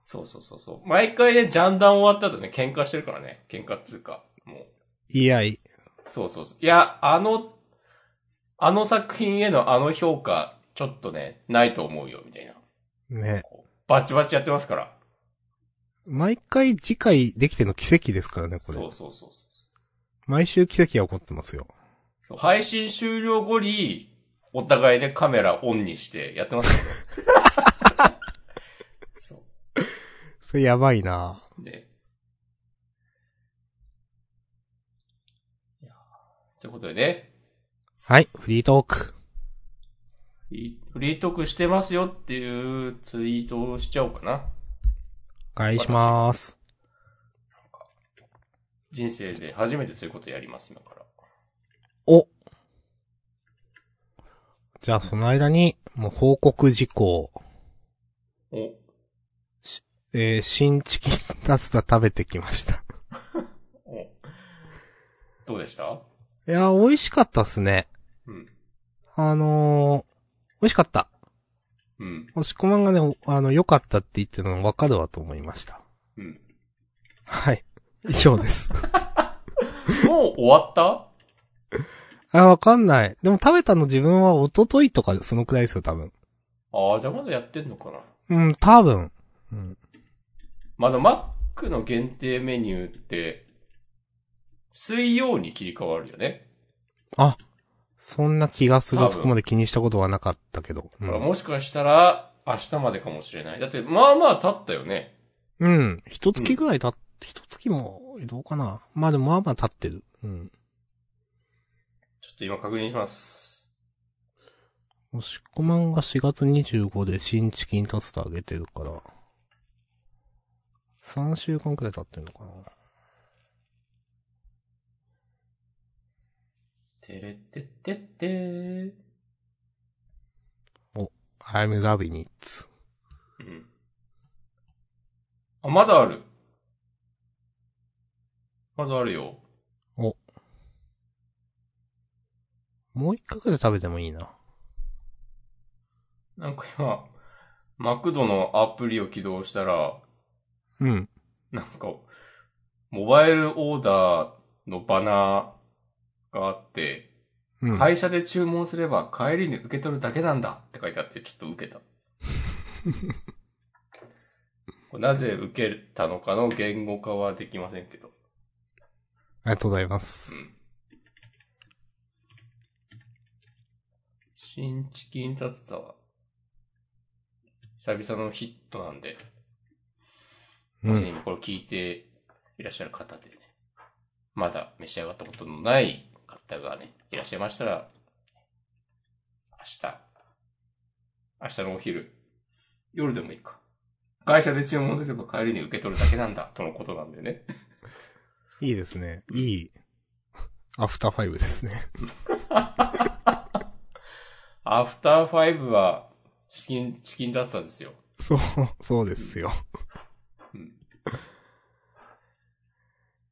そうそうそうそう。毎回ね、ジャンダン終わった後ね、喧嘩してるからね。喧嘩っつうか。もう。いやい。そうそうそう。いや、あの、あの作品へのあの評価、ちょっとね、ないと思うよ、みたいな。ね。バチバチやってますから。毎回次回できての奇跡ですからね、そこうれ。そうそうそう。毎週奇跡が起こってますよ。そう、配信終了後に、お互いでカメラオンにしてやってますけど。 そそれやばいなう。で。いやということでね、はい、フリートーク。フリーフリートークしてますよっていうツイートをしちゃおうかな。お願いします。人生で初めてそういうことやります、今から。おじゃあ、その間に、もう報告事項。お、えー、新チキンタツタ食べてきました。お。どうでしたいや、美味しかったっすね。うん。あのー、美味しかった。うん。押し込まんがね、おあの、良かったって言ってるの分かるわと思いました。うん。はい。以上です。もう終わったあ、わかんない。でも食べたの自分は一昨日とかそのくらいですよ、多分。ああ、じゃあまだやってんのかなうん、多分。うん。まだマックの限定メニューって、水曜に切り替わるよね。あ、そんな気がす多る。分そこまで気にしたことはなかったけど。うだからん。もしかしたら、明日までかもしれない。だって、まあまあ経ったよね。うん。一月ぐらいた、一月も、どうかな。まあでもまあまあ経ってる。うん。ちょっと今確認します。押し込まんが4月25で新チキンタツタあげてるから。3週間くらい経ってんのかな。てれってってってー。 I'm loving it. うん。あ、まだある。まだあるよ。もう一回くらい食べてもいいな。なんか今、マクドのアプリを起動したら、うん。なんか、モバイルオーダーのバナーがあって、うん。い。会社で注文すれば帰りに受け取るだけなんだって書いてあって、ちょっと 受けた。これなぜ受けたのかの言語化はできませんけど。ありがとうございますう。ん。新チキンタツタは、久々のヒットなんで、うもしん。今これ聞いていらっしゃる方でね、まだ召し上がったことのない方がね、いらっしゃいましたら、明日、明日のお昼、夜でもいいか。会社で注文すれば帰りに受け取るだけなんだ、とのことなんでね。いいですね。いい。アフターファイブですね。 アフターファイブは、チキン、チキンだったんですよ。そう、そうですよ。うん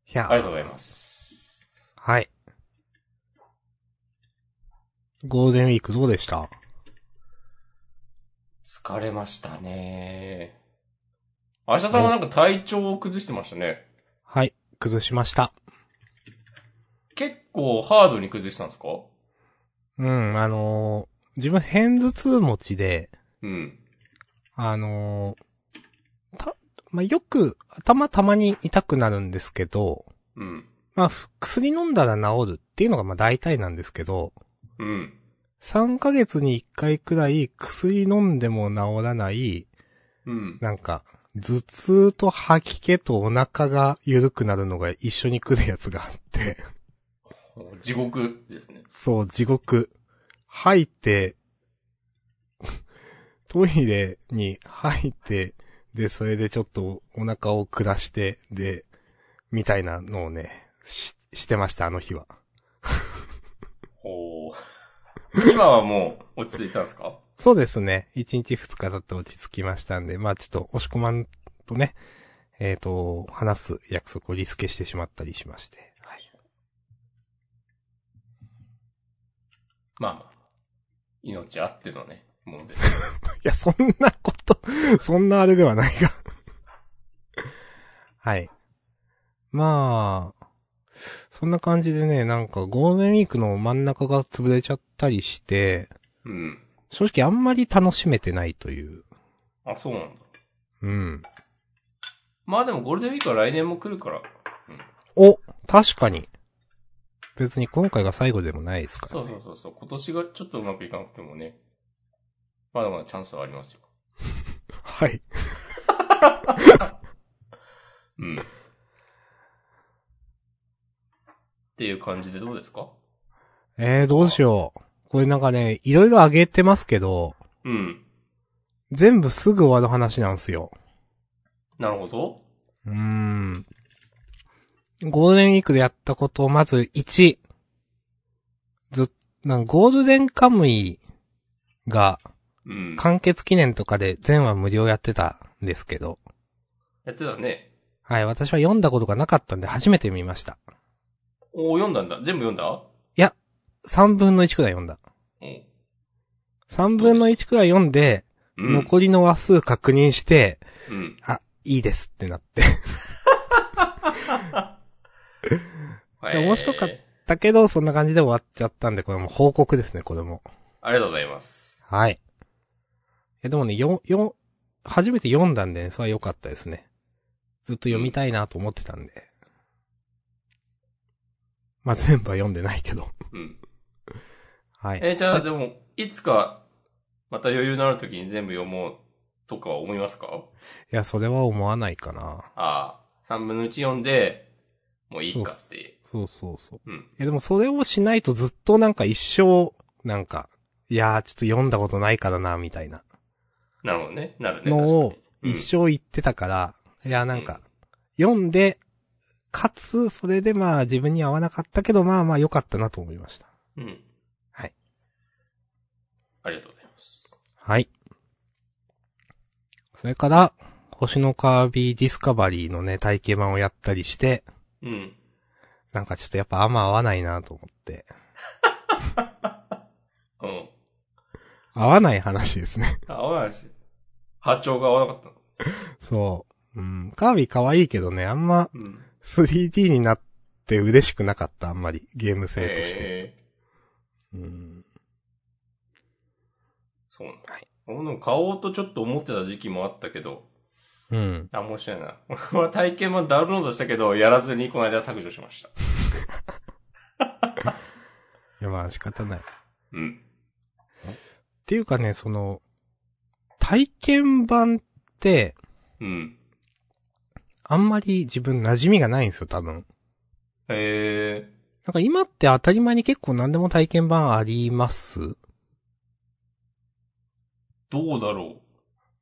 いやありがとうございます。はい。ゴールデンウィークどうでした疲れましたね。明日さんはなんか体調を崩してましたね。はい。崩しました。結構ハードに崩したんですかうん、あのー自分偏頭痛持ちで、うん。あのーた、まあ、よく、頭たまに痛くなるんですけど、うん。まあ、ふ薬飲んだら治るっていうのがまあ大体なんですけど、うん。 3ヶ月に1回くらい薬飲んでも治らない、うん。なんか、頭痛と吐き気とお腹が緩くなるのが一緒に来るやつがあって、 地獄ですね。そう、地獄。吐いて、 トイレに吐いて、で、それでちょっとお腹を下して、で、みたいなのをね、し、してました、あの日は。ほう。今はもう落ち着いたんですかそうですね。1日2日だって落ち着きましたんで、まあちょっと、押し込まんとね、えっ、と、話す約束をリスケしてしまったりしまして。 はい。まあまあ。命あってのね、ものです。 いや、そんなこと、そんなあれではないが。 はい。まあ、そんな感じでね、なんかゴールデンウィークの真ん中が潰れちゃったりして、うん。正直あんまり楽しめてないという。あ、そうなんだ。うん。まあでもゴールデンウィークは来年も来るから。お確かに。別に今回が最後でもないですからそね。うそうそうそう。今年がちょっとうまくいかなくてもね。まだまだチャンスはありますよ。はい。うん。っていう感じでどうですかえー、どうしよう。これなんかね、いろいろ上げてますけど、うん。全部すぐ終わる話なんですよ。なるほど。うーん。ゴールデンウィークでやったことをまず1。ずっ、なんかゴールデンカムイがうん。完結記念とかで全話無料やってたんですけど、やってたね。はい、私は読んだことがなかったんで初めて見ました。おお読んだんだ。全部読んだ3分の1くらい読んだ。うん。 3分の1くらい読んで、うん。残りの話数確認して、うん。あ、いいですってなって。はい面白かっだけど、そんな感じで終わっちゃったんで、これも報告ですね、これも。ありがとうございます。はい。いや、でもね、よ、よ、初めて読んだんでね、それは良かったですね。ずっと読みたいなと思ってたんで。まあ、全部は読んでないけど。うん。はい。えーじゃあでも、いつか、また余裕のある時に全部読もうとかは思いますかいや、それは思わないかな。ああ、3分の1読んで、もういいかっていう。そうそうそう。うん。いや、でもそれをしないとずっとなんか一生、なんか、いやー、ちょっと読んだことないからな、みたいななるほどね。なるね。のを確かに一生言ってたから、いや、なんか、読んで、かつ、それでまあ自分に合わなかったけど、まあまあ良かったなと思いました。うん。うんはい。ありがとうございます。はい。それから、星のカービィディスカバリーのね、体験版をやったりして、うん。なんかちょっとやっぱあんま合わないなと思って。うん。合わない話ですね。 あ合わないし。波長が合わなかったの。そう。うん、カービィ可愛いけどね、あんまうん。 3D になって嬉しくなかった、あんまり。ゲーム性として。えーうん。そうなんだ。はい俺も買おうとちょっと思ってた時期もあったけど、うん。あ、面白い な。俺は体験版ダウンロードしたけど、やらずにこの間削除しました。いや、まあ仕方ない。っうん。ていうかね、その、体験版って、うん。あんまり自分馴染みがないんですよ、多分。えなんか今って当たり前に結構何でも体験版ありますー、どうだろ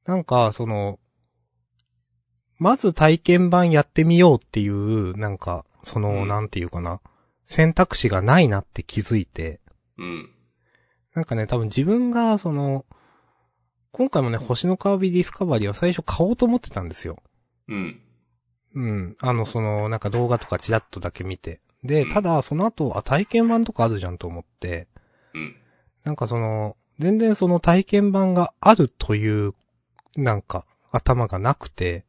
なんか、その、まず体験版やってみようっていう、なんか、その、うんなんていうかな、選択肢がないなって気づいて、う。うん。なんかね、多分自分が、その、今回もね、星のカービィディスカバリーは最初買おうと思ってたんですよ。うん。うん。あの、その、なんか動画とかチラッとだけ見て。で、うんただ、その後、あ、体験版とかあるじゃんと思って、うん。なんかその、全然その体験版があるという、なんか、頭がなくて、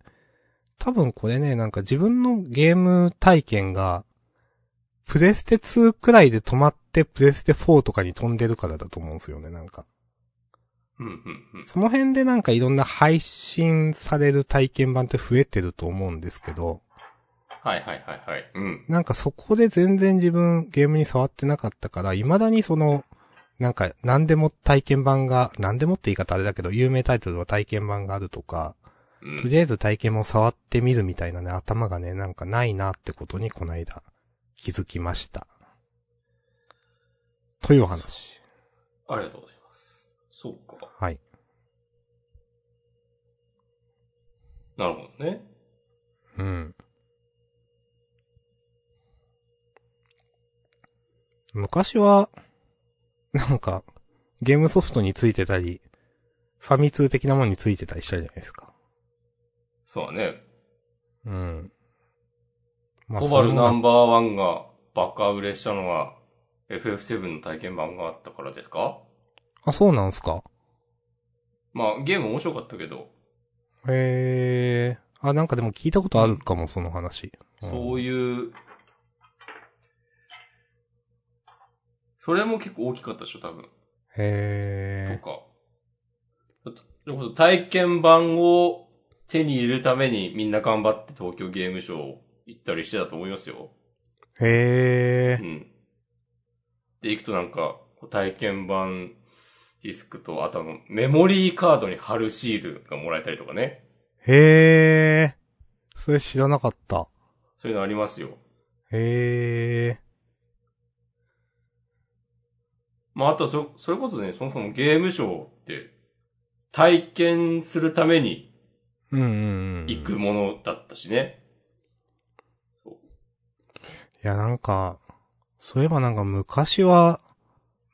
多分これね、なんか自分のゲーム体験が、プレステ2くらいで止まって、プレステ4とかに飛んでるからだと思うんですよね、なんか。うん。うん。うん。その辺でなんかいろんな配信される体験版って増えてると思うんですけど、はいはいはいはい。うん。なんかそこで全然自分ゲームに触ってなかったから、未だにその、なんか何でも体験版が、何でもって言い方あれだけど、有名タイトルは体験版があるとか、うんとりあえず体験も触ってみるみたいなね、頭がね、なんかないなってことにこの間気づきました。というお話。ありがとうございます。そうか。はい。なるほどね。うん。昔は、なんか、ゲームソフトについてたり、ファミ通的なものについてたりしたじゃないですか。そうだね。うん。まコバルナそれもンバーワンがバカ売れしたのは FF7 の体験版があったからですかあ、そうなんすかまあゲーム面白かったけど、へえ。あ、なんかでも聞いたことあるかも、その話。そういいう、それも結構大きかったでしょ、多分。うん。へとか。だってそれこそ体験版を手に入れるためにみんな頑張って東京ゲームショー行ったりしてたと思いますよ。え。へうえ。ん。で、行くとなんか、こう体験版ディスクと、あとあの、メモリーカードに貼るシールがもらえたりとかね。へえ。それ知らなかった。そういうのありますよ。へえ。まあ、あとそ、それこそね、そもそもゲームショーって、体験するためにうんうんうん。行くものだったしね。いや、なんか、そういえばなんか昔は、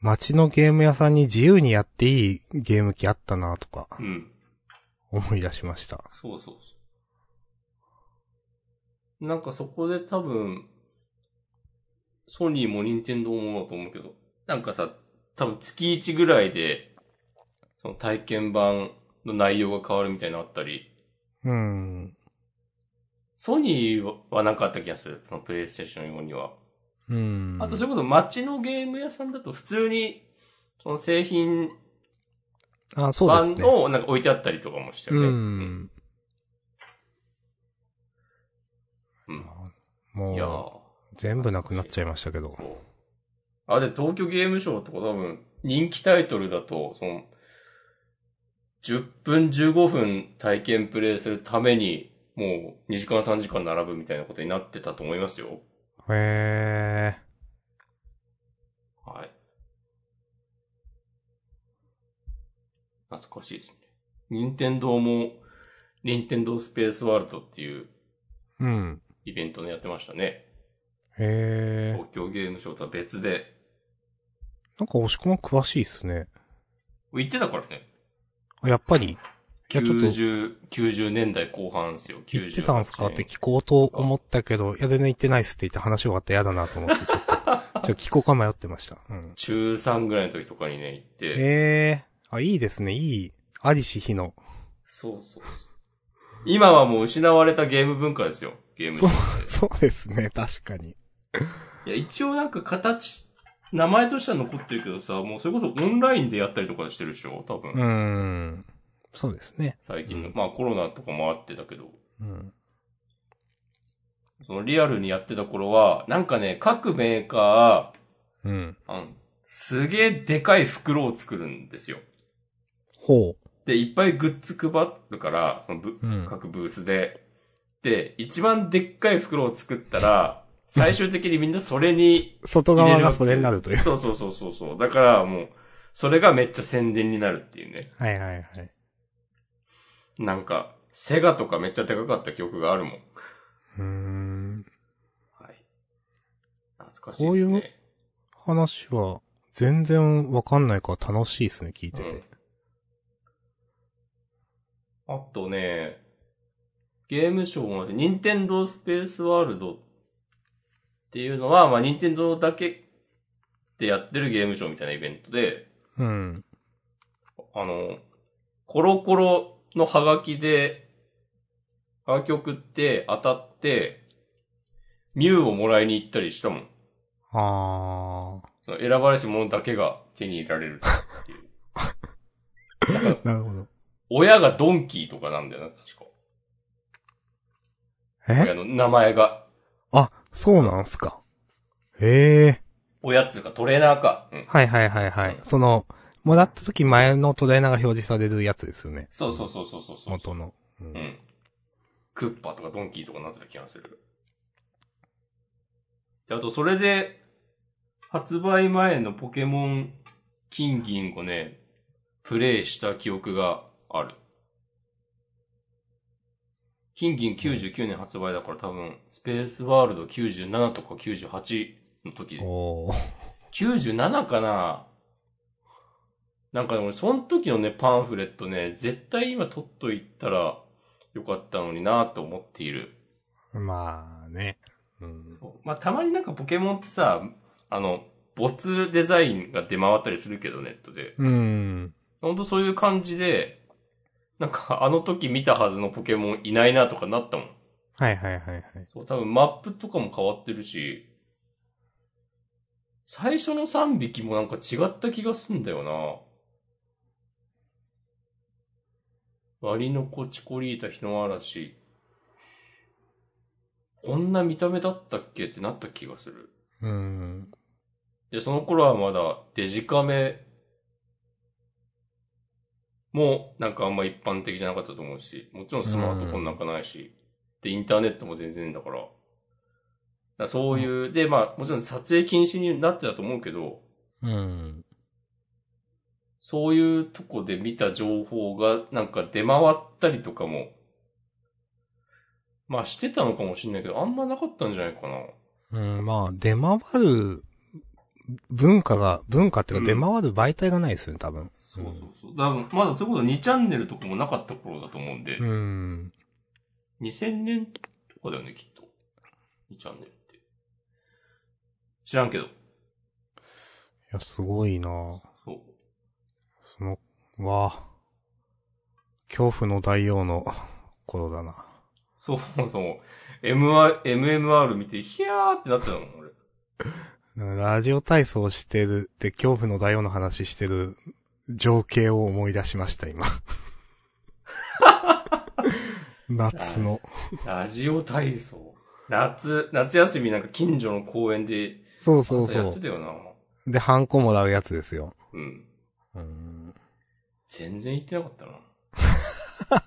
街のゲーム屋さんに自由にやっていいゲーム機あったなとか、うん。思い出しました。そうそうそう。なんかそこで多分、ソニーも任天堂もだと思うけど、なんかさ、多分月1ぐらいで、その体験版の内容が変わるみたいなのあったり、うん。ソニーはなんかあった気がする。そのプレイステーション4には。うん。あと、それこそ街のゲーム屋さんだと普通に、その製品あ、そう版ですね。のなんか置いてあったりとかもしてうるね。ん。うん。いやもう、ー全部なくなっちゃいましたけどそ。う。あ、で、東京ゲームショーとか多分、人気タイトルだと、その、10分15分体験プレイするために、もう2時間3時間並ぶみたいなことになってたと思いますよ。へえ。はい。懐かしいですね。任天堂も、任天堂スペースワールドっていううん。イベントね、やってましたね。へえ。東京ゲームショーとは別で。なんか押し込まん詳しいっすね。行ってたからね。あやっぱり、いやちょっと90、90年代後半ですよ。言ってたんすか98って聞こうと思ったけど、いや全然言ってないっすって言って話終わったら嫌だなと思って、 ちょっと、じゃ聞こうか迷ってました。うん。中3ぐらいの時とかにね、行って。ええあ、いいですね、いい。ありし日の。そうそうそう。今はもう失われたゲーム文化ですよ。ゲームショーってそうですね、確かに。いや、一応なんか形、名前としては残ってるけどさ、もうそれこそオンラインでやったりとかしてるでしょ多分。うーん。そうですね。最近の。うんまあコロナとかもあってたけど。うん。そのリアルにやってた頃は、なんかね、各メーカうん。ー、あのすげえでかい袋を作るんですよ。ほで、いっぱいグッズ配るから、そのブ、う。うん。各ブースで。で、一番でっかい袋を作ったら、最終的にみんなそれに外入れるわけ。側がそれになるという。そうそうそうそうそう。だからもう、それがめっちゃ宣伝になるっていうね。はいはいはい。なんか、セガとかめっちゃでかかった記憶があるもん。うーん。はい。懐かしいですね。話は、全然わかんないから楽しいですね、聞いてて。うん、あとね、ゲームショーもあって、ニンテンドースペースワールドっていうのは、まあ、ニンテンドーだけでやってるゲームショーみたいなイベントで、うん。あの、コロコロのハガキで、ハガキ送って当たって、ミュウをもらいに行ったりしたもん。あその選ばれし者だけが手に入れられるっていう。なんかー。なるほど。親がドンキーとかなんだよな、確か。え親の名前が。あ、そうなんすか。へえ。親っつうかトレーナーか。うん。はいはいはいはい。その、もらった時前のトレーナーが表示されるやつですよね。そうそうそうそうそうそう。元の。う。うんん。クッパとかドンキーとかなってた気がする。で、あとそれで、発売前のポケモン金銀をね、プレイした記憶がある。金銀99年発売だから多分、スペースワールド97とか98の時で。おー。 97かななんかでも俺その時のね、パンフレットね、絶対今取っといたらよかったのになと思っている。まあね。うん。まあ、たまになんかポケモンってさ、あの、没デザインが出回ったりするけど、ネットで。うん。ほんとそういう感じで、なんかあの時見たはずのポケモンいないなとかなったもん。はいはいはいはい。そう、多分マップとかも変わってるし、最初の3匹もなんか違った気がすんだよな。割のコチコリータ、日の嵐。こんな見た目だったっけってなった気がする。うん。で、その頃はまだデジカメもなんかあんま一般的じゃなかったと思うし、もちろんスマートフォンなんかないし、で、インターネットも全然だから。だからそういう、で、まあもちろん撮影禁止になってたと思うけど、うん。そういうとこで見た情報がなんか出回ったりとかも、まあしてたのかもしれないけど、あんまなかったんじゃないかな。うん、まあ、出回る文化が、文化っていうかうん出回る媒体がないですよね、多分。そうそうそう。だからまだそういうこと2チャンネルとかもなかった頃だと思うんで、うん。 2000年とかだよね、きっと。2チャンネルって。知らんけど。いや、すごいなそう。その、わあ恐怖の大王の頃だな。そう そう。MR MMR 見て、ヒヤーってなってたもん、俺。なんかラジオ体操してるって恐怖の大王の話してる情景を思い出しました、 今。夏の。ラジオ体操。夏、夏休みなんか近所の公園で、そうそう朝そやってう。たよな。で、ハンコもらうやつですよ。うん。うん全然行ってなかった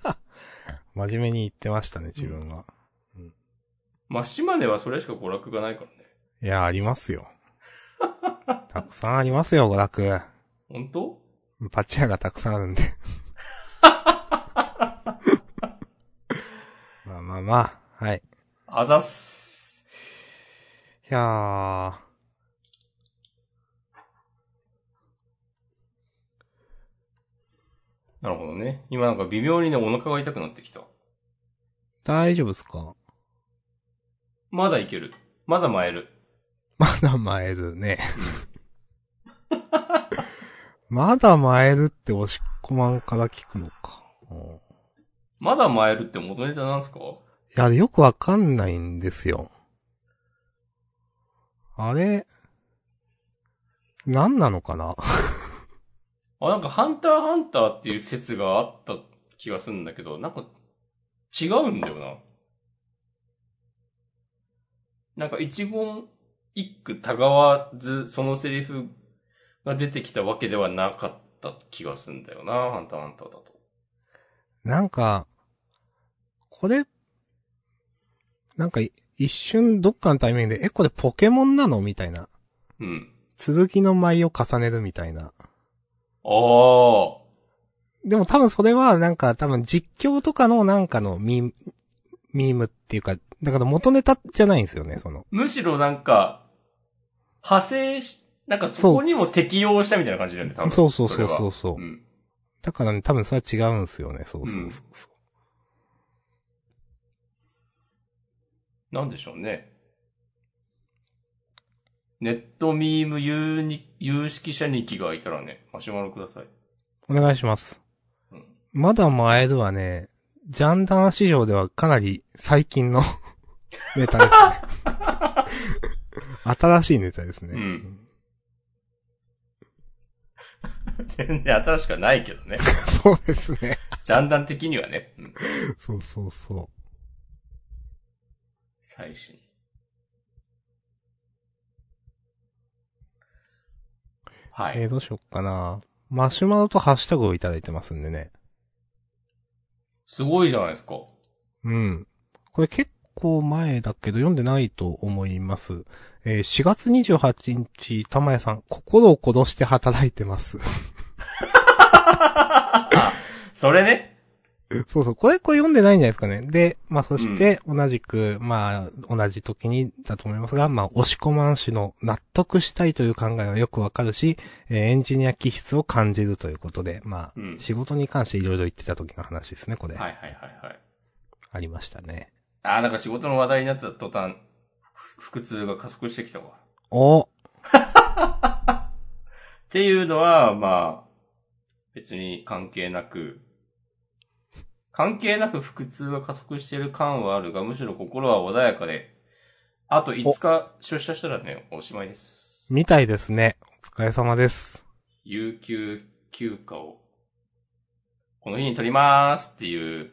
な。真面目に言ってましたね、自分は。まあ、島根はそれしか娯楽がないからね。いや、ありますよ。 たくさんありますよ、娯楽。本当パチ屋がたくさんあるんで。 まあまあまあ、はい。あざっす。いやー。なるほどね。今なんか微妙にね、お腹が痛くなってきた。大丈夫ですかまだいける。まだ参る。まだ参るね。まだ参るっておしっこまんから聞くのか。うんまだ参るって元ネタなんすかいや、よくわかんないんですよ。あれ、何なのかな あ、なんかハンターハンターっていう説があった気がするんだけど、なんか違うんだよな。なんか一言一句たがわずそのセリフが出てきたわけではなかった気がするんだよな、ハンターハンターだと。なんか、これ、なんかい一瞬どっかのタイミングで、え、これポケモンなのみたいな。うん。続きの舞を重ねるみたいな。ああ。でも多分それはなんか多分実況とかのなんかのミーム、ミームっていうか、だから元ネタじゃないんですよね、その。むしろなんか、派生し、なんかそこにも適用したみたいな感じだよね、多分。そうそうそれうそはうそう。うん。だからね、多分それは違うんですよね、そうそうそうそう。なんでしょうね。ネットミーム有に有識者に気がいたらね、マシュマロください。お願いします。うん。まだ前ではね、ジャンダン市場ではかなり最近の ネタです ね。新しいネタですね。うん全然新しくはないけどね。 そうですね。ジャンダン的にはね。うん、そうそうそ最新。はう。えいー、。どうしよっかな。マシュマロとハッシュタグをいただいてますんでね。すごいじゃないですか。うん。これ結構前だけど読んでないと思います。えー4月28日、玉屋さん、心を殺して働いてます。それね。 そうそう、これ、これ読んでないんじゃないですかね。で、まあそして、同じく、まあ、同じ時にだと思いますが、まあ、押し込まん氏の納得したいという考えはよくわかるし、えーエンジニア気質を感じるということで、まあ、うん仕事に関していろいろ言ってた時の話ですね、これ。はいはいはいはい。ありましたね。ああ、なんか仕事の話題になってた途端、ふ腹痛が加速してきたわ。おっていうのは、まあ、別に関係なく、関係なく腹痛が加速している感はあるが、むしろ心は穏やかで、あと5日出社したらね、おしまいです。みたいですね。お疲れ様です。有給休暇を、この日に取りますっていう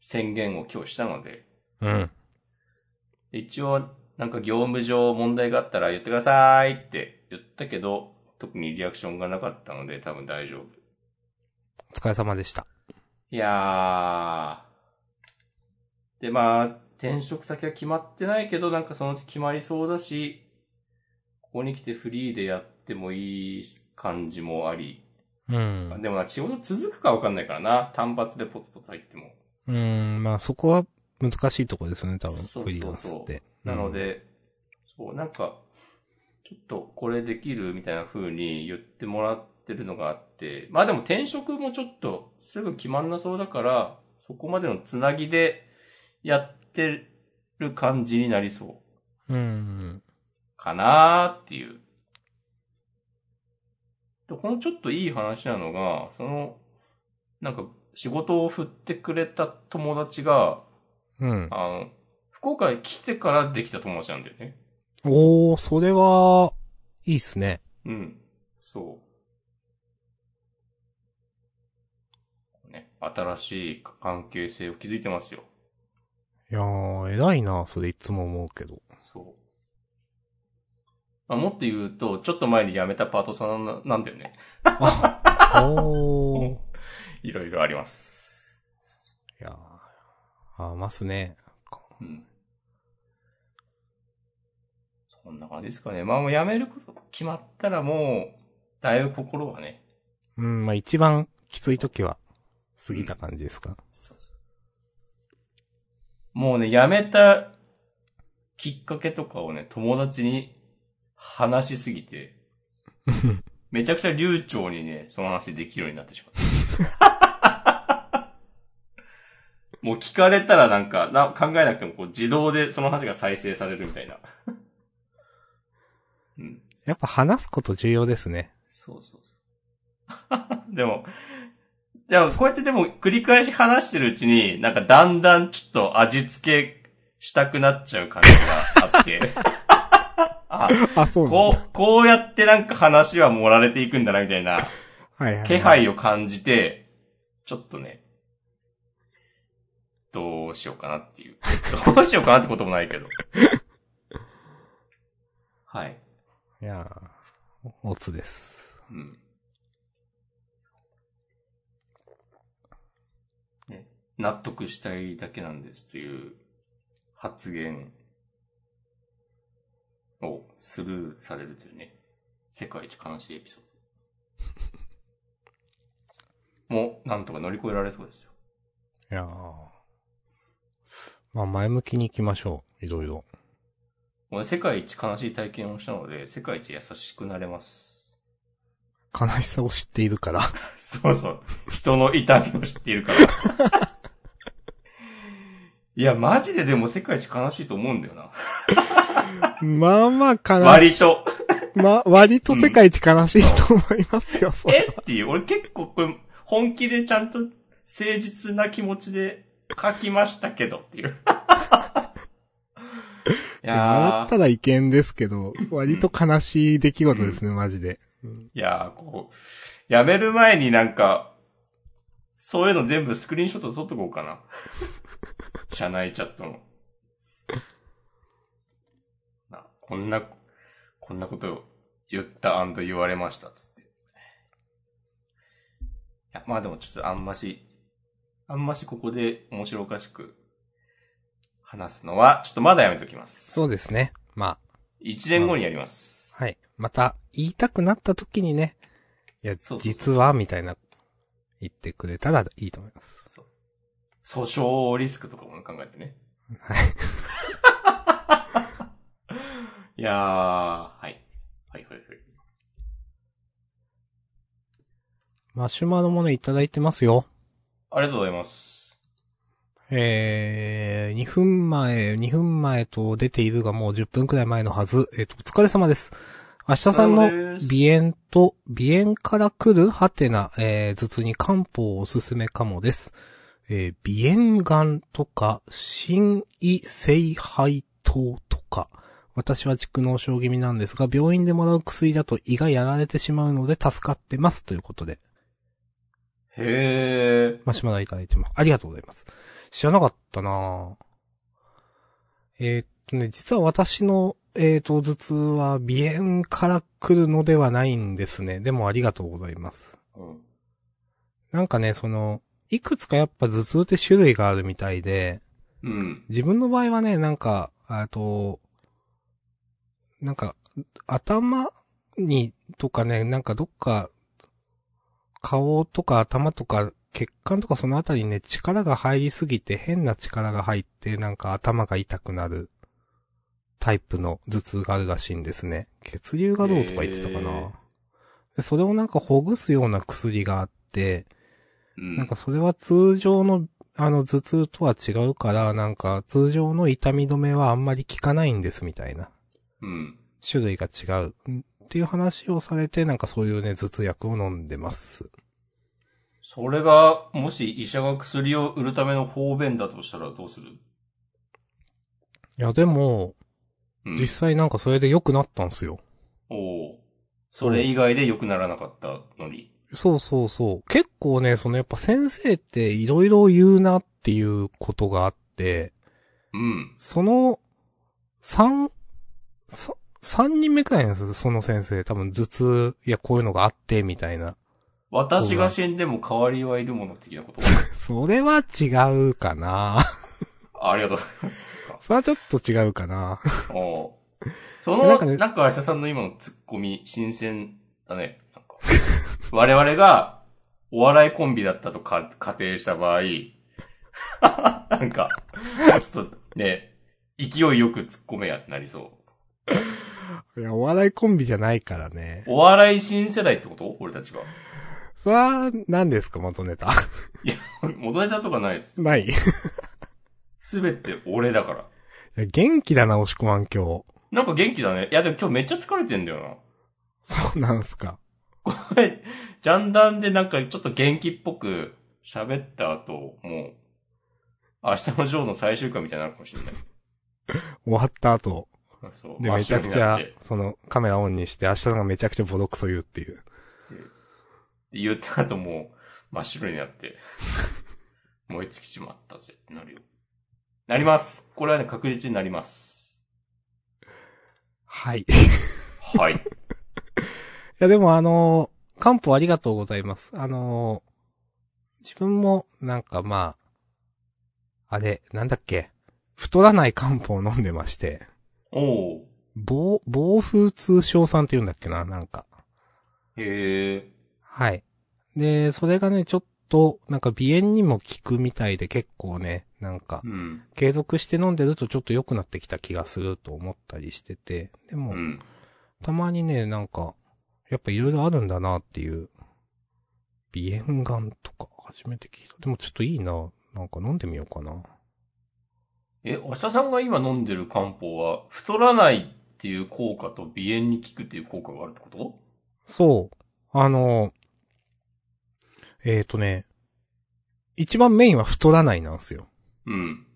宣言を今日したので、うん。一応、なんか業務上問題があったら言ってくださいって言ったけど、特にリアクションがなかったので多分大丈夫。お疲れ様でした。いやー。で、まあ、転職先は決まってないけど、なんかそのうち決まりそうだし、ここに来てフリーでやってもいい感じもあり。うん。でもな、仕事続くかわかんないからな。単発でポツポツ入っても。うん、まあそこは難しいとこですよね、多分。そうそうそうフリーランスって。なので、そう、なんか、ちょっとこれできるみたいな風に言ってもらってるのがあって、まあでも転職もちょっとすぐ決まんなそうだから、そこまでのつなぎでやってる感じになりそううん、うん。かなーっていう。で、このちょっといい話なのが、その、なんか仕事を振ってくれた友達が、うん。あの、福岡に来てからできた友達なんだよね。おー、それは、いいっすね。うん。そう。ね、新しい関係性を築いてますよ。いやー、偉いな、それいつも思うけ ど。そう。まあ、もっと言うと、ちょっと前に辞めたパートさんななんだよね。あ、おー。いろいろあります。いやー、あーますね。うん。そんな感じですかね。まあもう辞めること決まったらもう、だいぶ心はね。うん、まあ一番きつい時は、過ぎた感じですか。もうね、辞めたきっかけとかをね、友達に話しすぎて、めちゃくちゃ流暢にね、その話できるようになってしまった。 もう聞かれたらなんか、な考えなくてもこう自動でその話が再生されるみたいな。うん。やっぱ話すこと重要ですね。そうそうそう。 でも、でもこうやってでも繰り返し話してるうちに、なんかだんだんちょっと味付けしたくなっちゃう感じがあって。 あ、 あ、そうなんこだ。う、こうやってなんか話は盛られていくんだな、みたいなはいはいはい。気配を感じて、ちょっとね、どうしようかなっていう。どうしようかなってこともないけど。はい。いやー、おつです。うん。ね、納得したいだけなんですという発言をスルーされるというね、世界一悲しいエピ ソード。もう、なんとか乗り越えられそうですよ。いやー。まあ前向きに行きましょう。いろいろ。俺、世界一悲しい体験をしたので、世界一優しくなれます。悲しさを知っているから。そうそう。人の痛みを知っているから。 いや、マジででも世界一悲しいと思うんだよな。 まあまあ悲しい。割と。まあ、割と世界一悲しいと思いますよ、それえっていう、俺結構これ、本気でちゃんと誠実な気持ちで書きましたけど っていう。い笑やっー、たらいけんですけど、割と悲しい出来事ですね、マジで。いやー、こう、やめる前になんか、そういうの全部スクリーンショット撮っとこうか な。社内チャットの。なこんな、こんなことを言った言われました、つって。いや、まあでもちょっとあんまし、あんましここで面白おかしく話すのは、ちょっとまだやめときます。そうですね。ま一年後にやります。あ、はい。また、言いたくなった時にね、いや、そうそうそう実は、みたいな、言ってくれたらいいと思います。訴訟リスクとかも考えてね。はい。いやー、はい。はいはいはい。マシュマロもね、いただいてますよ。ありがとうございます。えー、2分前、2分前と出ているがもう10分くらい前のはず。えっ、と、お疲れ様です。明日さんおの疲れ様です鼻炎と、鼻炎から来るハテナ、えー、頭痛に漢方おすすめかもです。えー鼻炎がんとか、心異性肺糖とか、私は蓄膿症気味なんですが、病院でもらう薬だと胃がやられてしまうので助かってます。ということで、へえ。マシュマロいただいてます。ありがとうございます。知らなかったなぁえーっとね、実は私の、えーっと、頭痛は鼻炎から来るのではないんですね。でもありがとうございます。うん。なんかね、その、いくつかやっぱ頭痛って種類があるみたいで、うん。自分の場合はね、なんか、あと、なんか、頭に、とかね、なんかどっか、顔とか頭とか、血管とかそのあたりにね、力が入りすぎて、変な力が入って、なんか頭が痛くなるタイプの頭痛があるらしいんですね。血流がどうとか言ってたかへーな。でそれをなんかほぐすような薬があって、うん。なんかそれは通常の、あの、頭痛とは違うから、なんか通常の痛み止めはあんまり効かないんですみたいな。うん。種類が違う。んっていう話をされて、なんかそういうね、頭痛薬を飲んでます。それが、もし医者が薬を売るための方便だとしたらどうするいや、でも、うん。実際なんかそれで良くなったんすよ。おうそれ以外で良くならなかったのに。そうそうそう。結構ね、そのやっぱ先生っていろいろ言うなっていうことがあって、うん。その、三、さ三人目くらいなんですよ、その先生。多分頭痛、いや、こういうのがあって、みたいな。私が死んでも代わりはいるもの的なこと。それは違うかな ありがとうございます。それはちょっと違うかなおうそなの、んかねなんか、明日さんの今のツッコミ、新鮮だね。なんか 我々が、お笑いコンビだったとか仮定した場合、 なんか、もうちょっとね、勢いよく突っ込めや、なりそいや、お笑いコンビじゃないからね。う。お笑い新世代ってこと俺たちが。 それは、何ですか、元ネタ。 元ネタとかないです。ない。いすべて俺だから。や元気だな、押し込まん今日。なんか元気だね。いや、でも今日めっちゃ疲れてんだよな。そうなんすか。これ、 ジャンダンでなんかちょっと元気っぽく喋った後、もう、明日のジョーの最終回みたいになるかもしれない。終わった後。そう。で、真っめち白ゃにくなちゃって、その、カメラオンにして、明日のがめちゃくちゃボロクソ言うっていう。で言った後もう、真っ白になって、 燃え尽きちまったぜってなるよ。なります。これはね、確実になります。はい。 いはい。 や、でもあのー、漢方ありがとうございます。あのー、自分も、なんかまあ、あれ、なんだっけ。太らない漢方を飲んでまして。おう暴、暴風通症さんって言うんだっけな、なんか。へえ。はい。で、それがね、ちょっと、なんか鼻炎にも効くみたいで結構ね、なんかう、ん。継続して飲んでるとちょっと良くなってきた気がすると思ったりしてて、でうも、ん。たまにね、なんか、やっぱいろいろあるんだなっていう、鼻炎がんとか初めて聞いた。でもちょっといいな、なんか飲んでみようかな。え、お医者さんが今飲んでる漢方は、太らないっていう効果と鼻炎に効くっていう効果があるってことそう。あの、えっ、ー、とね、一番メインは太らないなんですよ。うん。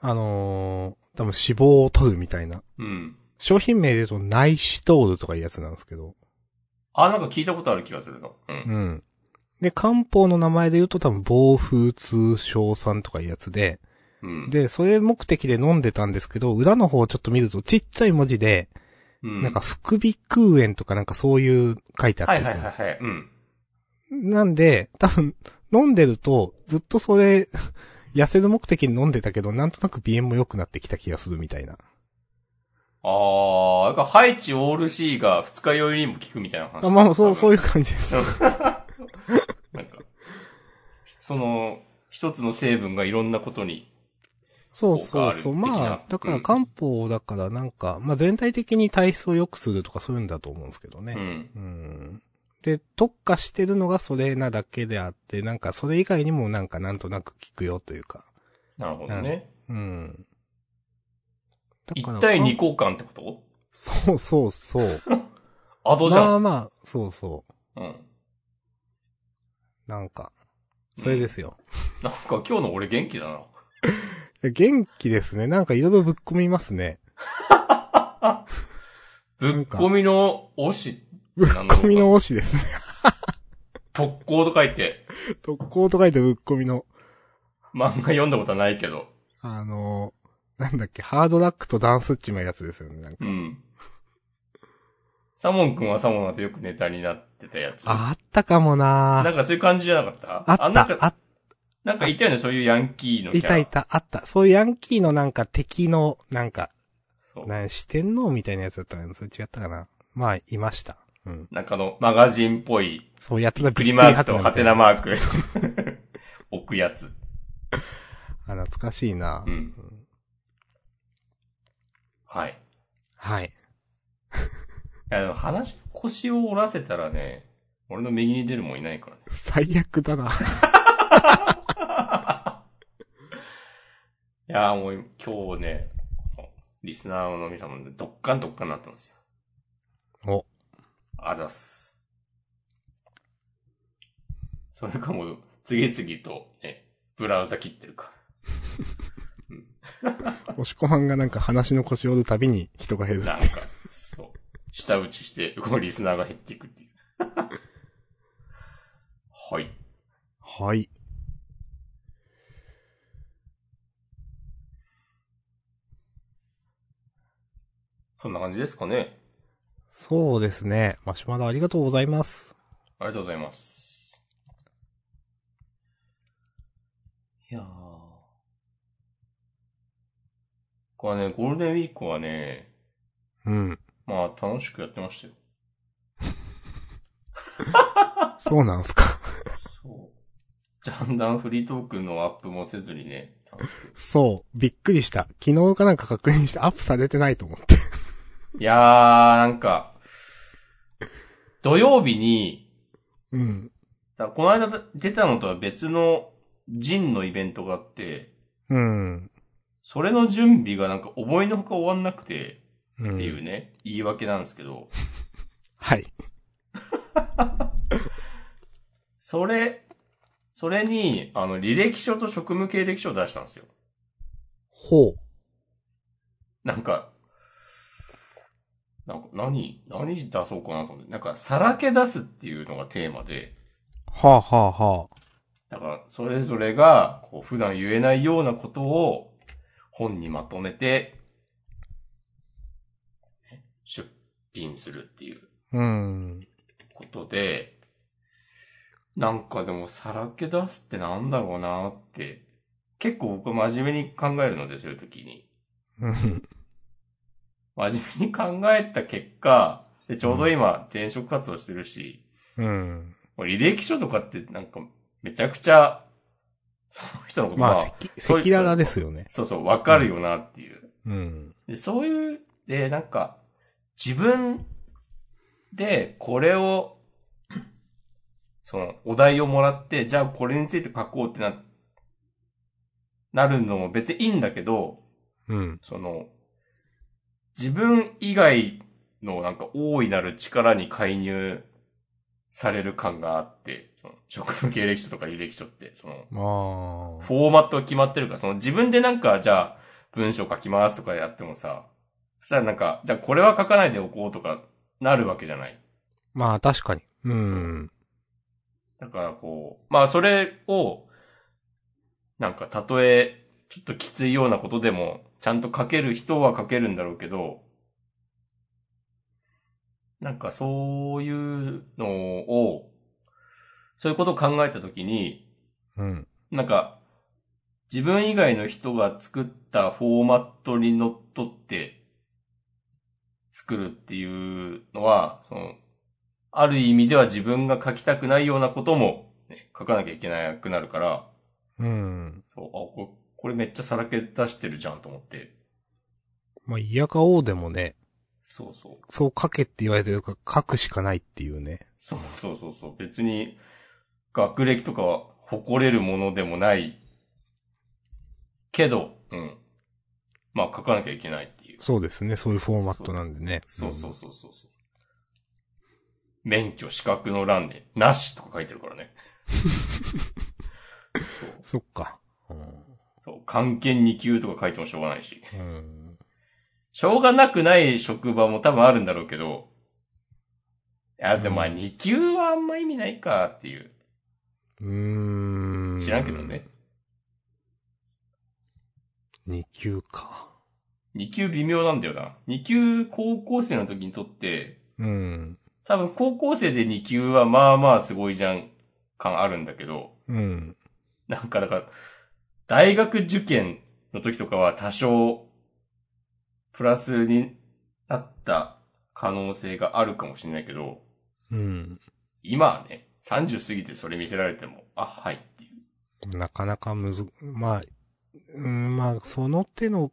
あのー、多分脂肪を取るみたいな。うん。商品名で言うと、ナイシトールとかいうやつなんですけど。あ、なんか聞いたことある気がするな。うん。うん。で、漢方の名前で言うと多分、暴風通症酸とかいうやつで、うん。、で、それ目的で飲んでたんですけど、裏の方をちょっと見ると、ちっちゃい文字で、うん、なんか、、副鼻腔炎とかなんかそういう書いてあったはいりはすいるはんでいすよはい。うん。なんで、多分、飲んでると、ずっとそれ、痩せる目的に飲んでたけど、なんとなく鼻炎も良くなってきた気がするみたいな。あー、なんか、ハイチオール C が二日酔いにも効くみたいな話。。あまあ、そう、そういうう感じです。 なんか、その、一つの成分がいろんなことに。そうそうそう。効果ある的なまあ、だかうらん漢方だからなんか、まあ全体的に体質を良くするとかそういうんだと思うんですけどうね。ん。うん。で、特化してるのがそれなだけであって、なんかそれ以外にもなんかなんとなく効くよというか。なるほどね。うん。だ一対二二交換ってことそうそ うそう。アドじまゃあん。まあ、そうそう。うん。なんか、それですよ。なんか今日の俺元気だな。元気ですね。なんかいろいろぶっ込みますね。ぶっ込みの推し、ぶっ込みの推しですね。特攻と書いて、特攻と書いてぶっ込みの、漫画読んだことはないけど。あのーなんだっけ、ハードラックとダンスっちまうやつですよね。なんかうん。サモン君はサモンなんてよくネタになってたやつ。ああったかもななんかそういう感じじゃなかったあっなんかた、あっなんかいたよね、そういうヤンキーのキャラ。いたいた、あった。そういうヤンキーのなんか敵の、なんか、そう。何してんのみたいなやつだったのよそれ違ったかなまあ、いました。うん。なんかあの、マガジンっぽい、そうやってたクリマーハテとナみハたテいなナマーク、置くやつ。あ、懐かしいな、うんはい。はい。あの、話、腰を折らせたらね、俺の右に出るもんいないからね。最悪だな。いやーもう今日ね、リスナーの皆様でドッカンドッカンなってますよ。お、あざっす。それかもう、次々と、ね、ブラウザ切ってるか。押し込まんがなんか話の腰を折るたびに人が減る。なんか、そう。下打ちして、このリスナーが減っていくっていう。はい。はい。そんな感じですかね。そうですね。マシュマロありがとうございます。ありがとうございます。いやー。これね、ゴールデンウィークはね、うん。まあ楽しくやってましたよ。そうなんすか。そう。ジャンダンフリートークのアップもせずにね、楽しくそう。びっくりした。昨日かなんか確認してアップされてないと思って。いやー、なんか、土曜日に、うん。だこの間出たのとは別のジンのイベントがあって、うん。それの準備がなんか思いのほか終わんなくて、うっていん。うね、言い訳なんですけど、はい。それ、それに、あの、履歴書と職務経歴書を出したんですよ。ほう。なんか、なんか何、何出そうかなと思って、なんか、さらけ出すっていうのがテーマで、はあはあはあ。だから、それぞれが、こう、普段言えないようなことを、本にまとめて、出品するっていううん。ことで、なんかでも、さらけ出すってなんだろうなって、結構僕は真面目に考えるので、そういう時に。うん。真面目に考えた結果、でちょうど今、転職活動してるし、うん。もう履歴書とかってなんか、めちゃくちゃ、その人のことまあ、まあ赤赤裸々ですよね。そうそう、わかるよなっていう。うん。でそういう、で、なんか、自分でこれを、その、お題をもらって、じゃあこれについて書こうってな、なるのも別にいいんだけど、うん。その、自分以外のなんか大いなる力に介入される感があって、その職務経歴書とか履歴書って、その、ああ。フォーマットが決まってるから、その自分でなんか、じゃあ、文章書きますとかやってもさ、そしたらなんか、じゃあこれは書かないでおこうとか、なるわけじゃない。まあ、確かに。うん。だからこう、まあそれを、なんか、たとえ、ちょっときついようなことでも、ちゃんと書ける人は書けるんだろうけど、なんかそういうのを、そういうことを考えたときに、うん。なんか、自分以外の人が作ったフォーマットにのっとって作るっていうのは、その、ある意味では自分が書きたくないようなことも、ね、書かなきゃいけなくなるから、うん。そう、あ、これ、これめっちゃさらけ出してるじゃんと思って。まあ、嫌かおうでもね、そうそう。そう書けって言われてるから書くしかないっていうね。そうそうそうそう。別に、学歴とかは誇れるものでもない。けど、うん。まあ書かなきゃいけないっていう。そうですね。そういうフォーマットなんでね。そうそうそうそうそう。免許資格の欄で、なしとか書いてるからね。そう。そっか。うん。そう。関係2級とか書いてもしょうがないし。うん。しょうがなくない職場も多分あるんだろうけど。いや、でもまあうん2級はあんま意味ないかっていう。うーん。知らんけどね。。 2級か。 2級微妙なんだよな。2級高校生の時にとって、うん。多分高校生で2級はまあまあすごいじゃん感あるんだけど、うん。なんかだから、大学受験の時とかは多少、プラスになった可能性があるかもしれないけど、うん。今はね、30過ぎてそれ見せられても、あ、はいっていう。なかなかむず、まあ、うん、まあ、その手の、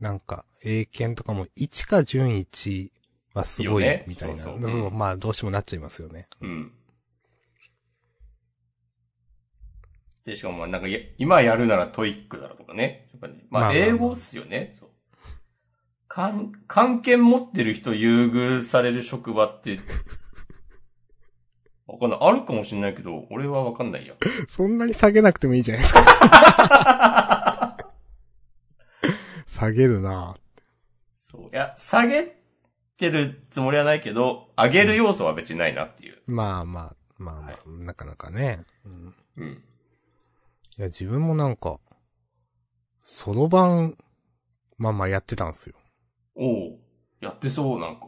なんか、英検とかも1か準1はすごいいよいね、みたいな。そそううそううんまあ、どうしてもなっちゃいますよね。うん。で、しかもまあ、なんかや、今やるならトイックだろうとかね。やっぱねままあ、あまあまあ英語っすよね。そう。かん、関係持ってる人優遇される職場って、 わかんない。あるかもしれないけど、俺はわかんないや。 そんなに下げなくてもいいじゃないですか。下げるな そう。いや、下げてるつもりはないけど、上げる要素は別にないなっていう。まあまあ、まあまあ、なかなかね。うんうん。いや、自分もなんか、そろばん、まあまあやってたんですよ。おうやってそう、なんか。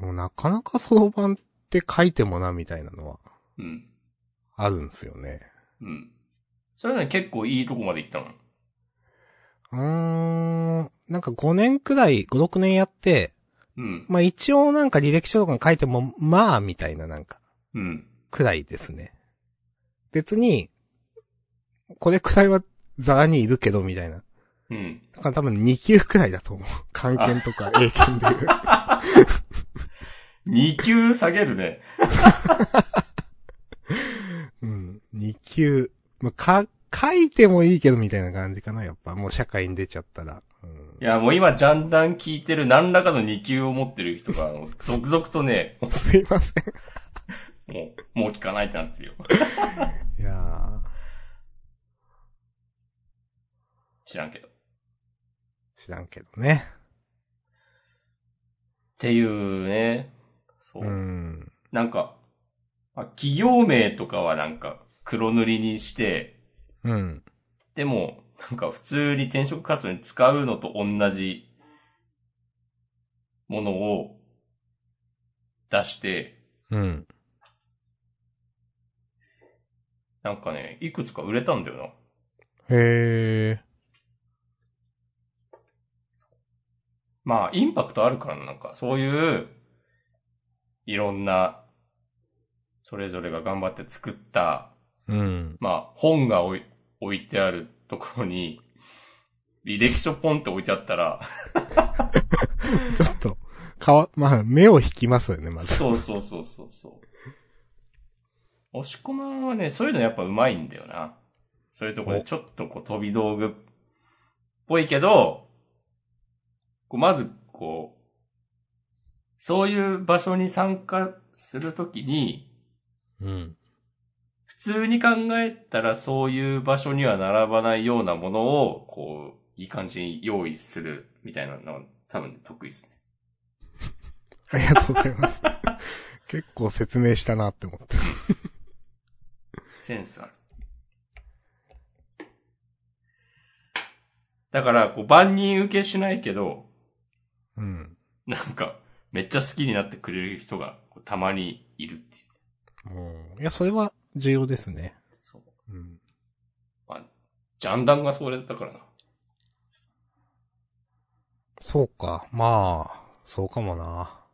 でもなかなかそろばんって書いてもな、みたいなのはうん。あるんですよね。うん。それはね、結構いいとこまで行ったの。うーん、なんか5年くらい、5、6年やって、うん。まあ一応なんか履歴書とかに書いても、まあ、みたいななんか、うん。くらいですね。別に、これくらいはザラにいるけど、みたいな。うん。だから多分2級くらいだと思う。 関係とか英検で。 2級下げるね。うん。2級。まあ、か、書いてもいいけどみたいな感じかな、やっぱ。もう社会に出ちゃったら。うんいや、もう今、ジャンダン聞いてる何らかの2級を持ってる人が、あの続々とね、 すいません。もう、もう聞かないってなってるよ。いや知らんけど。っー、知らんけどね。ていうね。そう。うん。なんか、あ企業名とかはなんか、黒塗りにして、うん。でも、なんか普通に転職活動に使うのと同じものを出して、うん。なんかね、いくつか売れたんだよな。へまあ、インパクトあるからな、なんか、そういう、いろんな、それぞれが頑張って作った、ー。うん。まあ、本が置い置いてあるところに、履歴書ポンって置いてあったら、ちょっと、かわ、まあ、目を引きますよね、まず。そうそうそうそうそう。押し込まんはね、そういうのやっぱうまいんだよな。そういうとこでおちょっとこう飛び道具っぽいけど、こうまずこう、そういう場所に参加するときに、うん。普通に考えたらそういう場所には並ばないようなものを、こう、いい感じに用意するみたいなのが多分得意ですね。ありがとうございます。結構説明したなって思って。センスある。だから、こう、万人受けしないけど、うん。なんか、めっちゃ好きになってくれる人が、こうたまにいるっていう。もう、いや、それは重要ですね。そう。うん。まあ、ジャンダンがそれだったからな。そうか。まあ、そうかもな。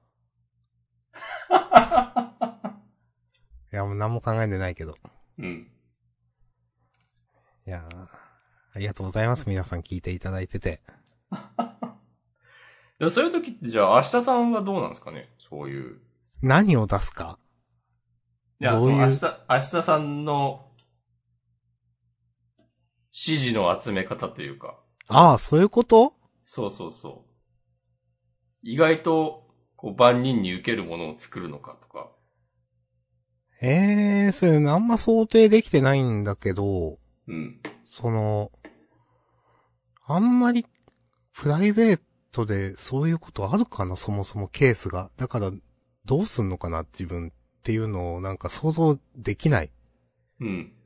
いや、もう何も考えてないけど。うん。いやーありがとうございます。皆さん聞いていただいてて。でもそういう時って、じゃあ、明日さんはどうなんですかねそういう。何を出すかいや、どういうその明日、明日さんの、指示の集め方というか。ああ、そういうことそうそうそう。意外と、こう、万人に受けるものを作るのかとか。ええー、それ、あんま想定できてないんだけど、うん。その、あんまり、プライベートでそういうことあるかな、そもそもケースが。だから、どうすんのかな、自分っていうのをなんか想像できない。うん。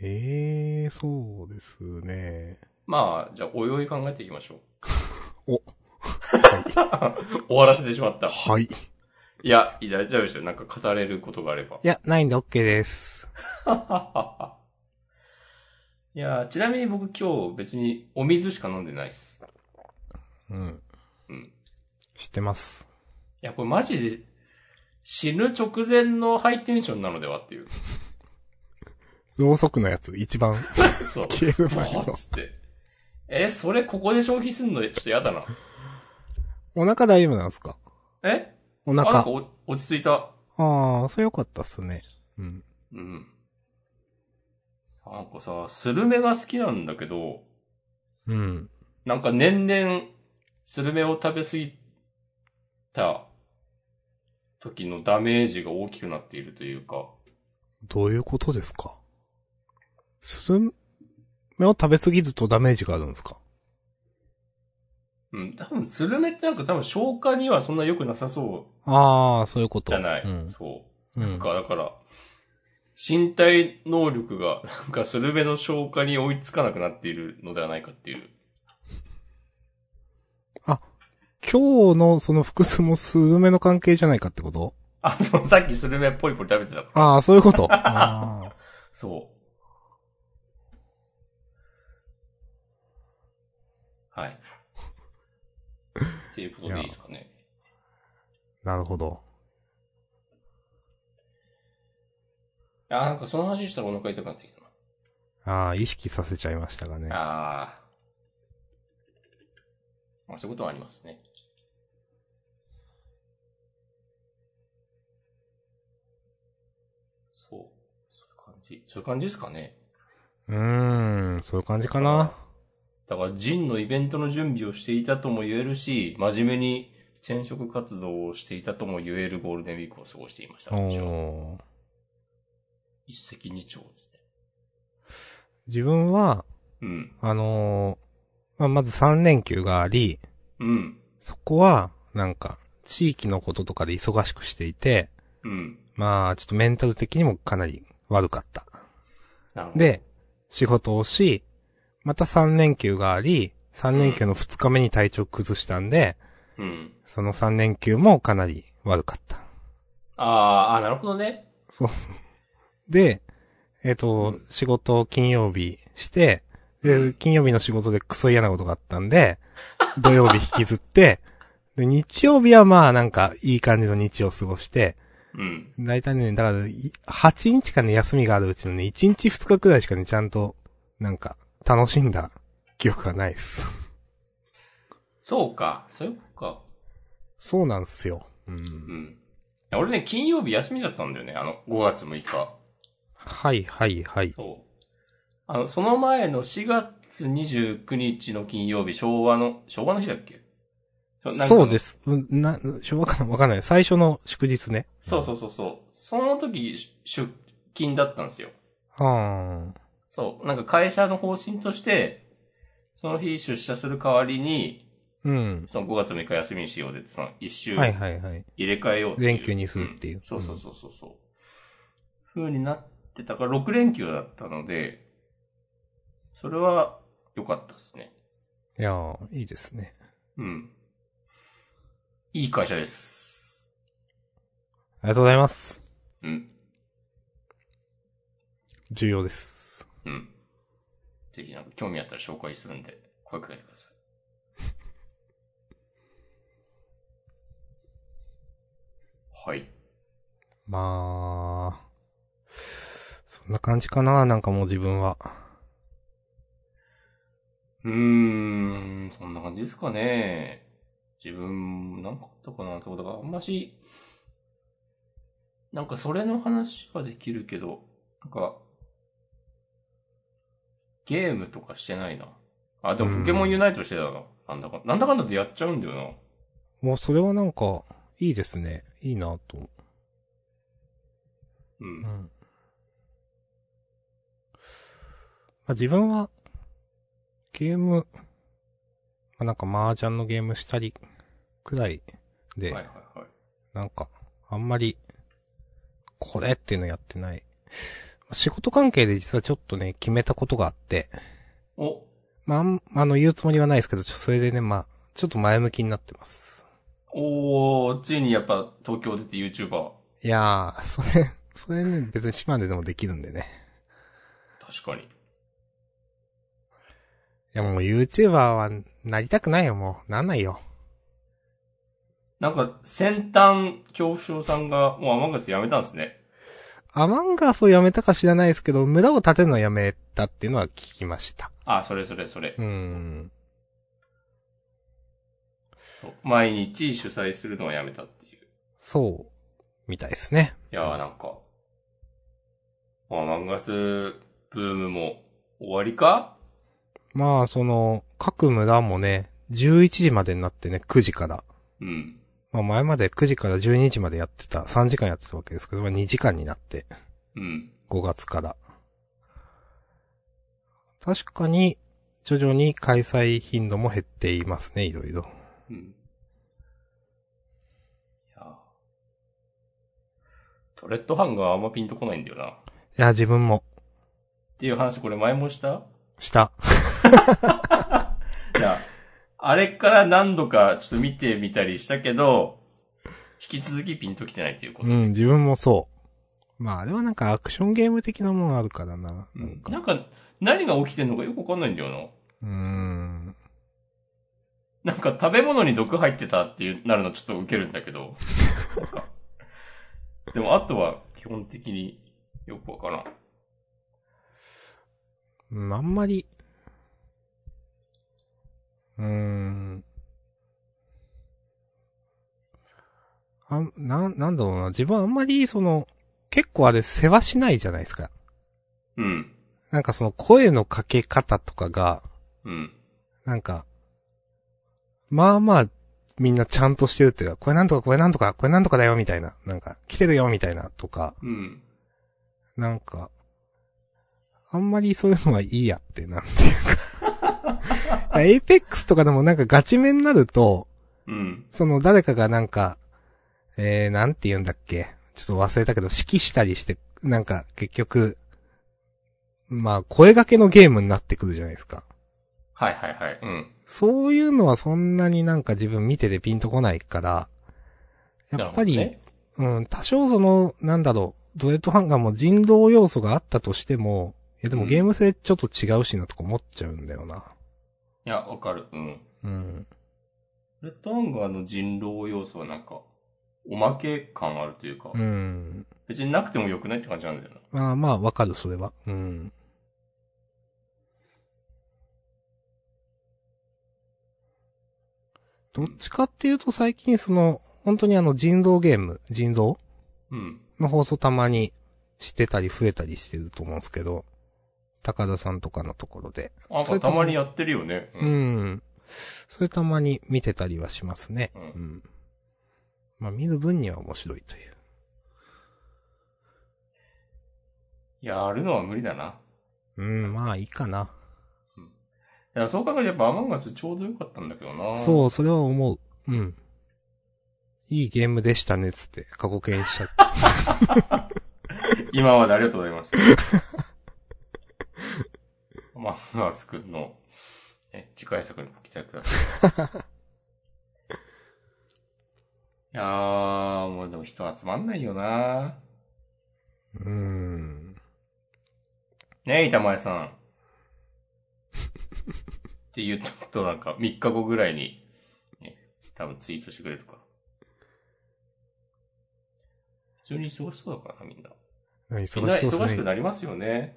ええー、そうですね。まあ、じゃあ、おいおい考えていきましょう。お。終わらせてしまった。はい。いいや、いや大丈夫ですよ。なんか語れることがあれば。 や、ないんで OK です。いや、ちなみに僕今日別にお水しか飲んでないっす。うん。うん。知ってます。いや、これマジで死ぬ直前のハイテンションなのではっていう。 ろうそくのやつ、一番 そう。消える前わのっ。つって。え、それここで消費すんのちょっとやだな。お腹大丈夫なんですかえおあ、なん腹か。お落ち着いた。ああ、それよかったっすね。うん。うん。なんかさ、スルメが好きなんだけど、うん。なんか年々、スルメを食べ過ぎた時のダメージが大きくなっているというか、どういうことですかスルメを食べ過ぎるとダメージがあるんですかうん、多分スルメってなんか多分消化にはそんな良くなさそうああ、そういうこと。じゃない。うん。そうう。ん、か、だから、身体能力がなんかスルメの消化に追いつかなくなっているのではないかっていう。今日のその複数もスルメの関係じゃないかってことあの、さっきスルメポリポリ食べてたから。ああ、そういうこと。 あそう。はい。っていうことでいいですかね。あ、なるほど。あーなんかその話したらお腹痛くなってきたああ、意識させちゃいましたがね。な。ああ。まあそういうことはありますね。そう。そういう感じ。そういう感じですかね。うーん、そういう感じかな。だから、ジンのイベントの準備をしていたとも言えるし、真面目に転職活動をしていたとも言えるゴールデンウィークを過ごしていました。お私はー一石二鳥ですね。自分は、うん。あのーまあ、まず3連休があり、うん。そこは、なんか、地域のこととかで忙しくしていて、うん。まあ、ちょっとメンタル的にもかなり悪かった。なるほど、で、仕事をし、また3連休があり、3連休の2日目に体調崩したんで、うん。その3連休もかなり悪かった。あーあー、なるほどね。そう。で、えっ、うと、ん仕事を金曜日して、で、金曜日の仕事でクソ嫌なことがあったんで、土曜日引きずって、で、日曜日はまあなんかいい感じの日を過ごして、うん。大体ね、だから、い8日間ね、休みがあるうちのね、1日2日くらいしかね、ちゃんと、なんか、楽しんだ記憶がないです。そうか。そういうことか。そうなんですよ。う。うんん。いや俺ね、金曜日休みだったんだよね。あの、5月6日。はいはいはい。そう。あの、その前の4月29日の金曜日、昭和の、昭和の日だっけ。そうですす。うんな、昭和かなわかんない。最初の祝日ね。そうそうそうそう。その時、し出勤だったんですよ。はそう。なんか会社の方針として、その日出社する代わりに、ーん。うん。その5月6日休みにしようぜって、その一周はい入はいはい。れ替えようっていう連休にするっていうんそうそうそうそうそう。風になってたから、6連休だったので、それは良かったですね。いやー、いいですね。うん。いい会社です。ありがとうございます。うん。重要です。うん。ぜひなんか興味あったら紹介するんで、声かけてください。 はい。まあ、そんな感じかな、なんかもう自分は。うーん、そんな感じですかね。自分、なんかあったかなってことが、あんまし、なんかそれの話はできるけど、なんか、ゲームとかしてないな。あ、でもポケモンユナイトしてたな。なんだか、なんだかんだでやっちゃうんだよな。もうそれはなんか、いいですね。いいなと。ううんん。。まあ、自分は、ゲーム、まあ、なんか麻雀のゲームしたり、くらいで、はいはいはい。なんか、あんまり、これっていうのやってない。仕事関係で実はちょっとね、決めたことがあって、お、まああん、あの、言うつもりはないですけど、ちょそれでね、まあ、ちょっと前向きになってます。おー、ついにやっぱ東京出て YouTuber。いやー、それ、それね、別に島根でもできるんでね。確かに。いや、もう YouTuber は、なりたくないよ、もう。なんないよ。なんか、先端恐怖症さんが、もうアマガスやめたんですね。アマンガースをやめたか知らないですけど、村を建てるのはやめたっていうのは聞きました。あ、それそれそれ。うん。そう毎日主催するのはやめたっていう。そう、みたいですね。いやーなんか、まあ、マンガスブームも終わりかまあ、その、各村もね、11時までになってね、9時から。うん。まあ前まで9時から12時までやってた、3時間やってたわけですけど、まあ2時間になって、うん。 5月から。確かに、徐々に開催頻度も減っていますね、いろいろ。うん。いやートレッドハンガーはあんまピンとこないんだよな。っいや、自分も、ていう話これ前もしたした。いや、あれから何度かちょっと見てみたりしたけど、引き続きピンときてないというこうと。ん、自分もそう。まあ、あれはなんかアクションゲーム的なものあるからな。うなんんか。なんか、何が起きてんのかよくわかんないんだようーん。な。なんか食べ物に毒入ってたっていうなるのちょっとウケるんだけど。なんかでもあとは基本的によくわからん。うん、あんまり。うーん。あん、なん、なんだろうな。自分はあんまり、その、結構あれ、世話しないじゃないですか。うん。なんかその、声のかけ方とかが、うん。なんか、まあまあ、みんなちゃんとしてるっていうか、これなんとか、これなんとか、これなんとかだよ、みたいな。なんか、来てるよ、みたいな、とか、うん。なんか、あんまりそういうのはいいやって、なんて いうか。エイペックスとかでもなんかガチめになると、うん。その誰かがなんか、えー、なんて言うんだっけ。ちょっと忘れたけど、指揮したりして、なんか結局、まあ、声掛けのゲームになってくるじゃないですか。はいはいはい。うん。そういうのはそんなになんか自分見ててピンとこないから、やっぱり、なるほどねうん、多少その、なんだろう、ドレッドハンガーも人道要素があったとしても、いやでうもんゲーム性ちょっと違うしなとか思っちゃうんだよな。いや、わかる。うん。うん。レッドハンガーの人狼要素はなんか、おまけ感あるというか、うん。別になくてもよくないって感じなんだよな。まあまあ、わかる、それは。うん。どっちかっていうと最近その、本当にあの人道ゲーム、人道うん。の放送たまにしてたり増えたりしてると思うんですけど、高田さんとかのところで。なんそかれとたもまにやってるよね。う。ん。それたまに見てたりはしますね。うんうん。まあ見る分には面白いという。やるのは無理だな。うん、まあいいかな。いや、そう考えるとやっぱアマンガスちょうどよかったんだけどな。う。そう、それは思う。うん。いいゲームでしたね、つって、過去形に しちゃって。今までありがとうございました。アマンガスくんの、え、次回作にご期待ください。 いやー、もうでも人集まんないよな。うーん。ねえ、板前さん。って言ったとなんか3日後ぐらいに、ね、多分ツイートしてくれるから。普通に忙しそうだからな、みんな。忙しみそんうなですね。忙しくなりますよね。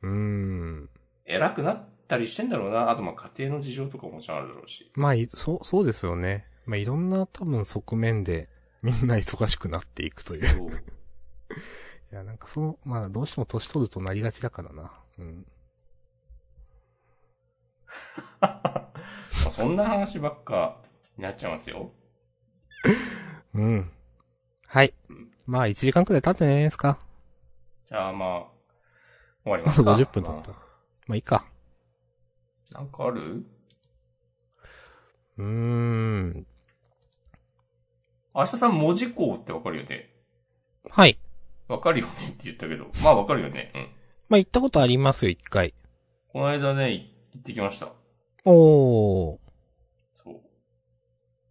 うーん。偉くなったりしてんだろうな。あとまあ家庭の事情とかももちろんあるだろうし。まあ、いそう、そうですよね。まあいろんな多分側面で、みんな忙しくなっていくという。いそう。や、なんかそう、まあどうしても年取るとなりがちだからな。うん。 まあそんな話ばっかになっちゃいますよ。うん。はい。まあ、1時間くらい経ってないですか。じゃあまあ、終わりあますとか。 50分経った。まあいいか。た。なんかあるうーん。明日さん文字工ってわかるよね。はい。わかるよねって言ったけど。 まあわかるよね。うん。まあ行ったことありますよ、一回。この間ね、い行ってきました。おー。そう。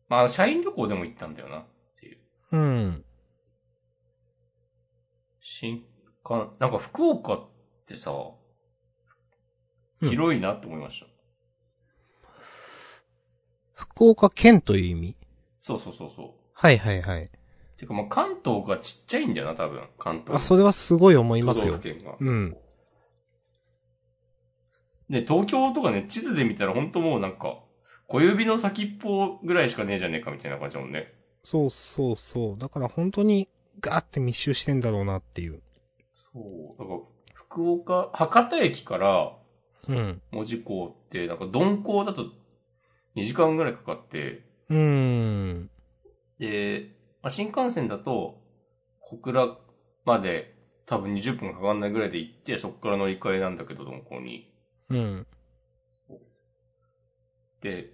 まああの、社員旅行でも行ったんだよなっていう。うん。新幹、なんか福岡ってさ、うん広いなって思いました。福岡県という意味そうそうそうそはいはいはい。う。てかまあ関東がちっちゃいんだよな、多分。関東。あ、それはすごい思いますよ都。道府県が。うん。ね、東京とかね、地図で見たらほんともうなんか、小指の先っぽぐらいしかねえじゃねえかみたいな感じだもんね。そうそうそう。だから本当にガーって密集してんだろうなっていう。そう。だから、福岡、博多駅からうん。門司港って、なんか鈍行だと2時間ぐらいかかって、うーん。で、まあ、新幹線だと、小倉まで多分20分かかんないぐらいで行って、そこから乗り換えなんだけど、鈍行に。うん。で、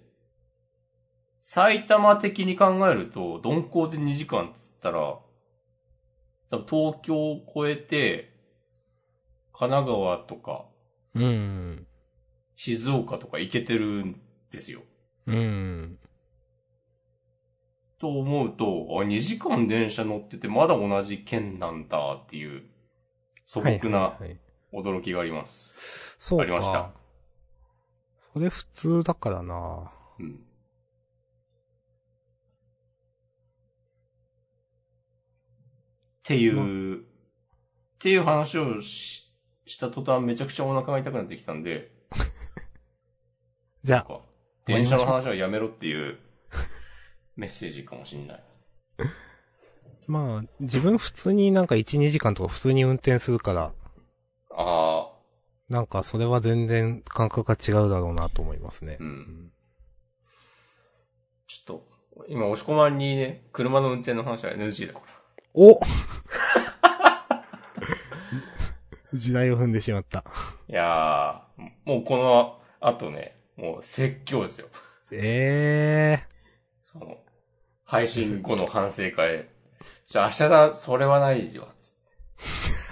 埼玉的に考えると、鈍行で2時間っつったら、多分東京を越えて、神奈川とか、うん。静岡とか行けてるんですよ。うん。と思うと、あ、2時間電車乗っててまだ同じ県なんだっていう、素朴なはいはいはい驚きがあります。そうか。ありましたそれ普通だからなうん。っていう、っていう話をしした途端めちゃくちゃお腹が痛くなってきたんで、じゃなんあ、か電車の話はやめろっていうメッセージかもしんない。まあ、自分普通になんか1、2時間とか普通に運転するから、ああ、なんかそれは全然感覚が違うだろうなと思いますねう。。うんんちょっと、今、押し込まんにね、車の運転の話は NG だから。お 時代を踏んでしまった。いやー、もうこの後ね、もう説教ですよ。ええその、配信後の反省会。じゃあ、明日さん、それはないよ、つっ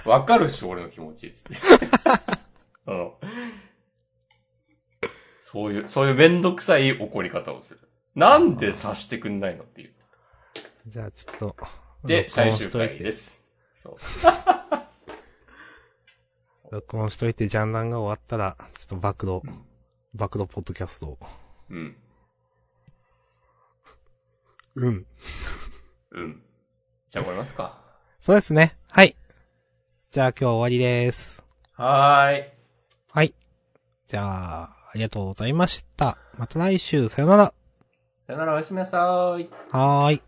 て。わかるっしょ、俺の気持ち、つって。 その、そういう、そういうめんどくさい怒り方をする。なんで察してくんないのっていう。じゃあちょっと。で、録音最し終といて回です。そう。録音しといて、ジャンダンが終わったら、ちょっと暴露、暴露ポッドキャストを。うん。うん。うん。じゃあ、終わりますか。そうですね。はい。じゃあ今日は終わりです。はーい。はい。じゃあ、ありがとうございました。また来週、さよなら。さよなら、おやすみなさーい。はーい。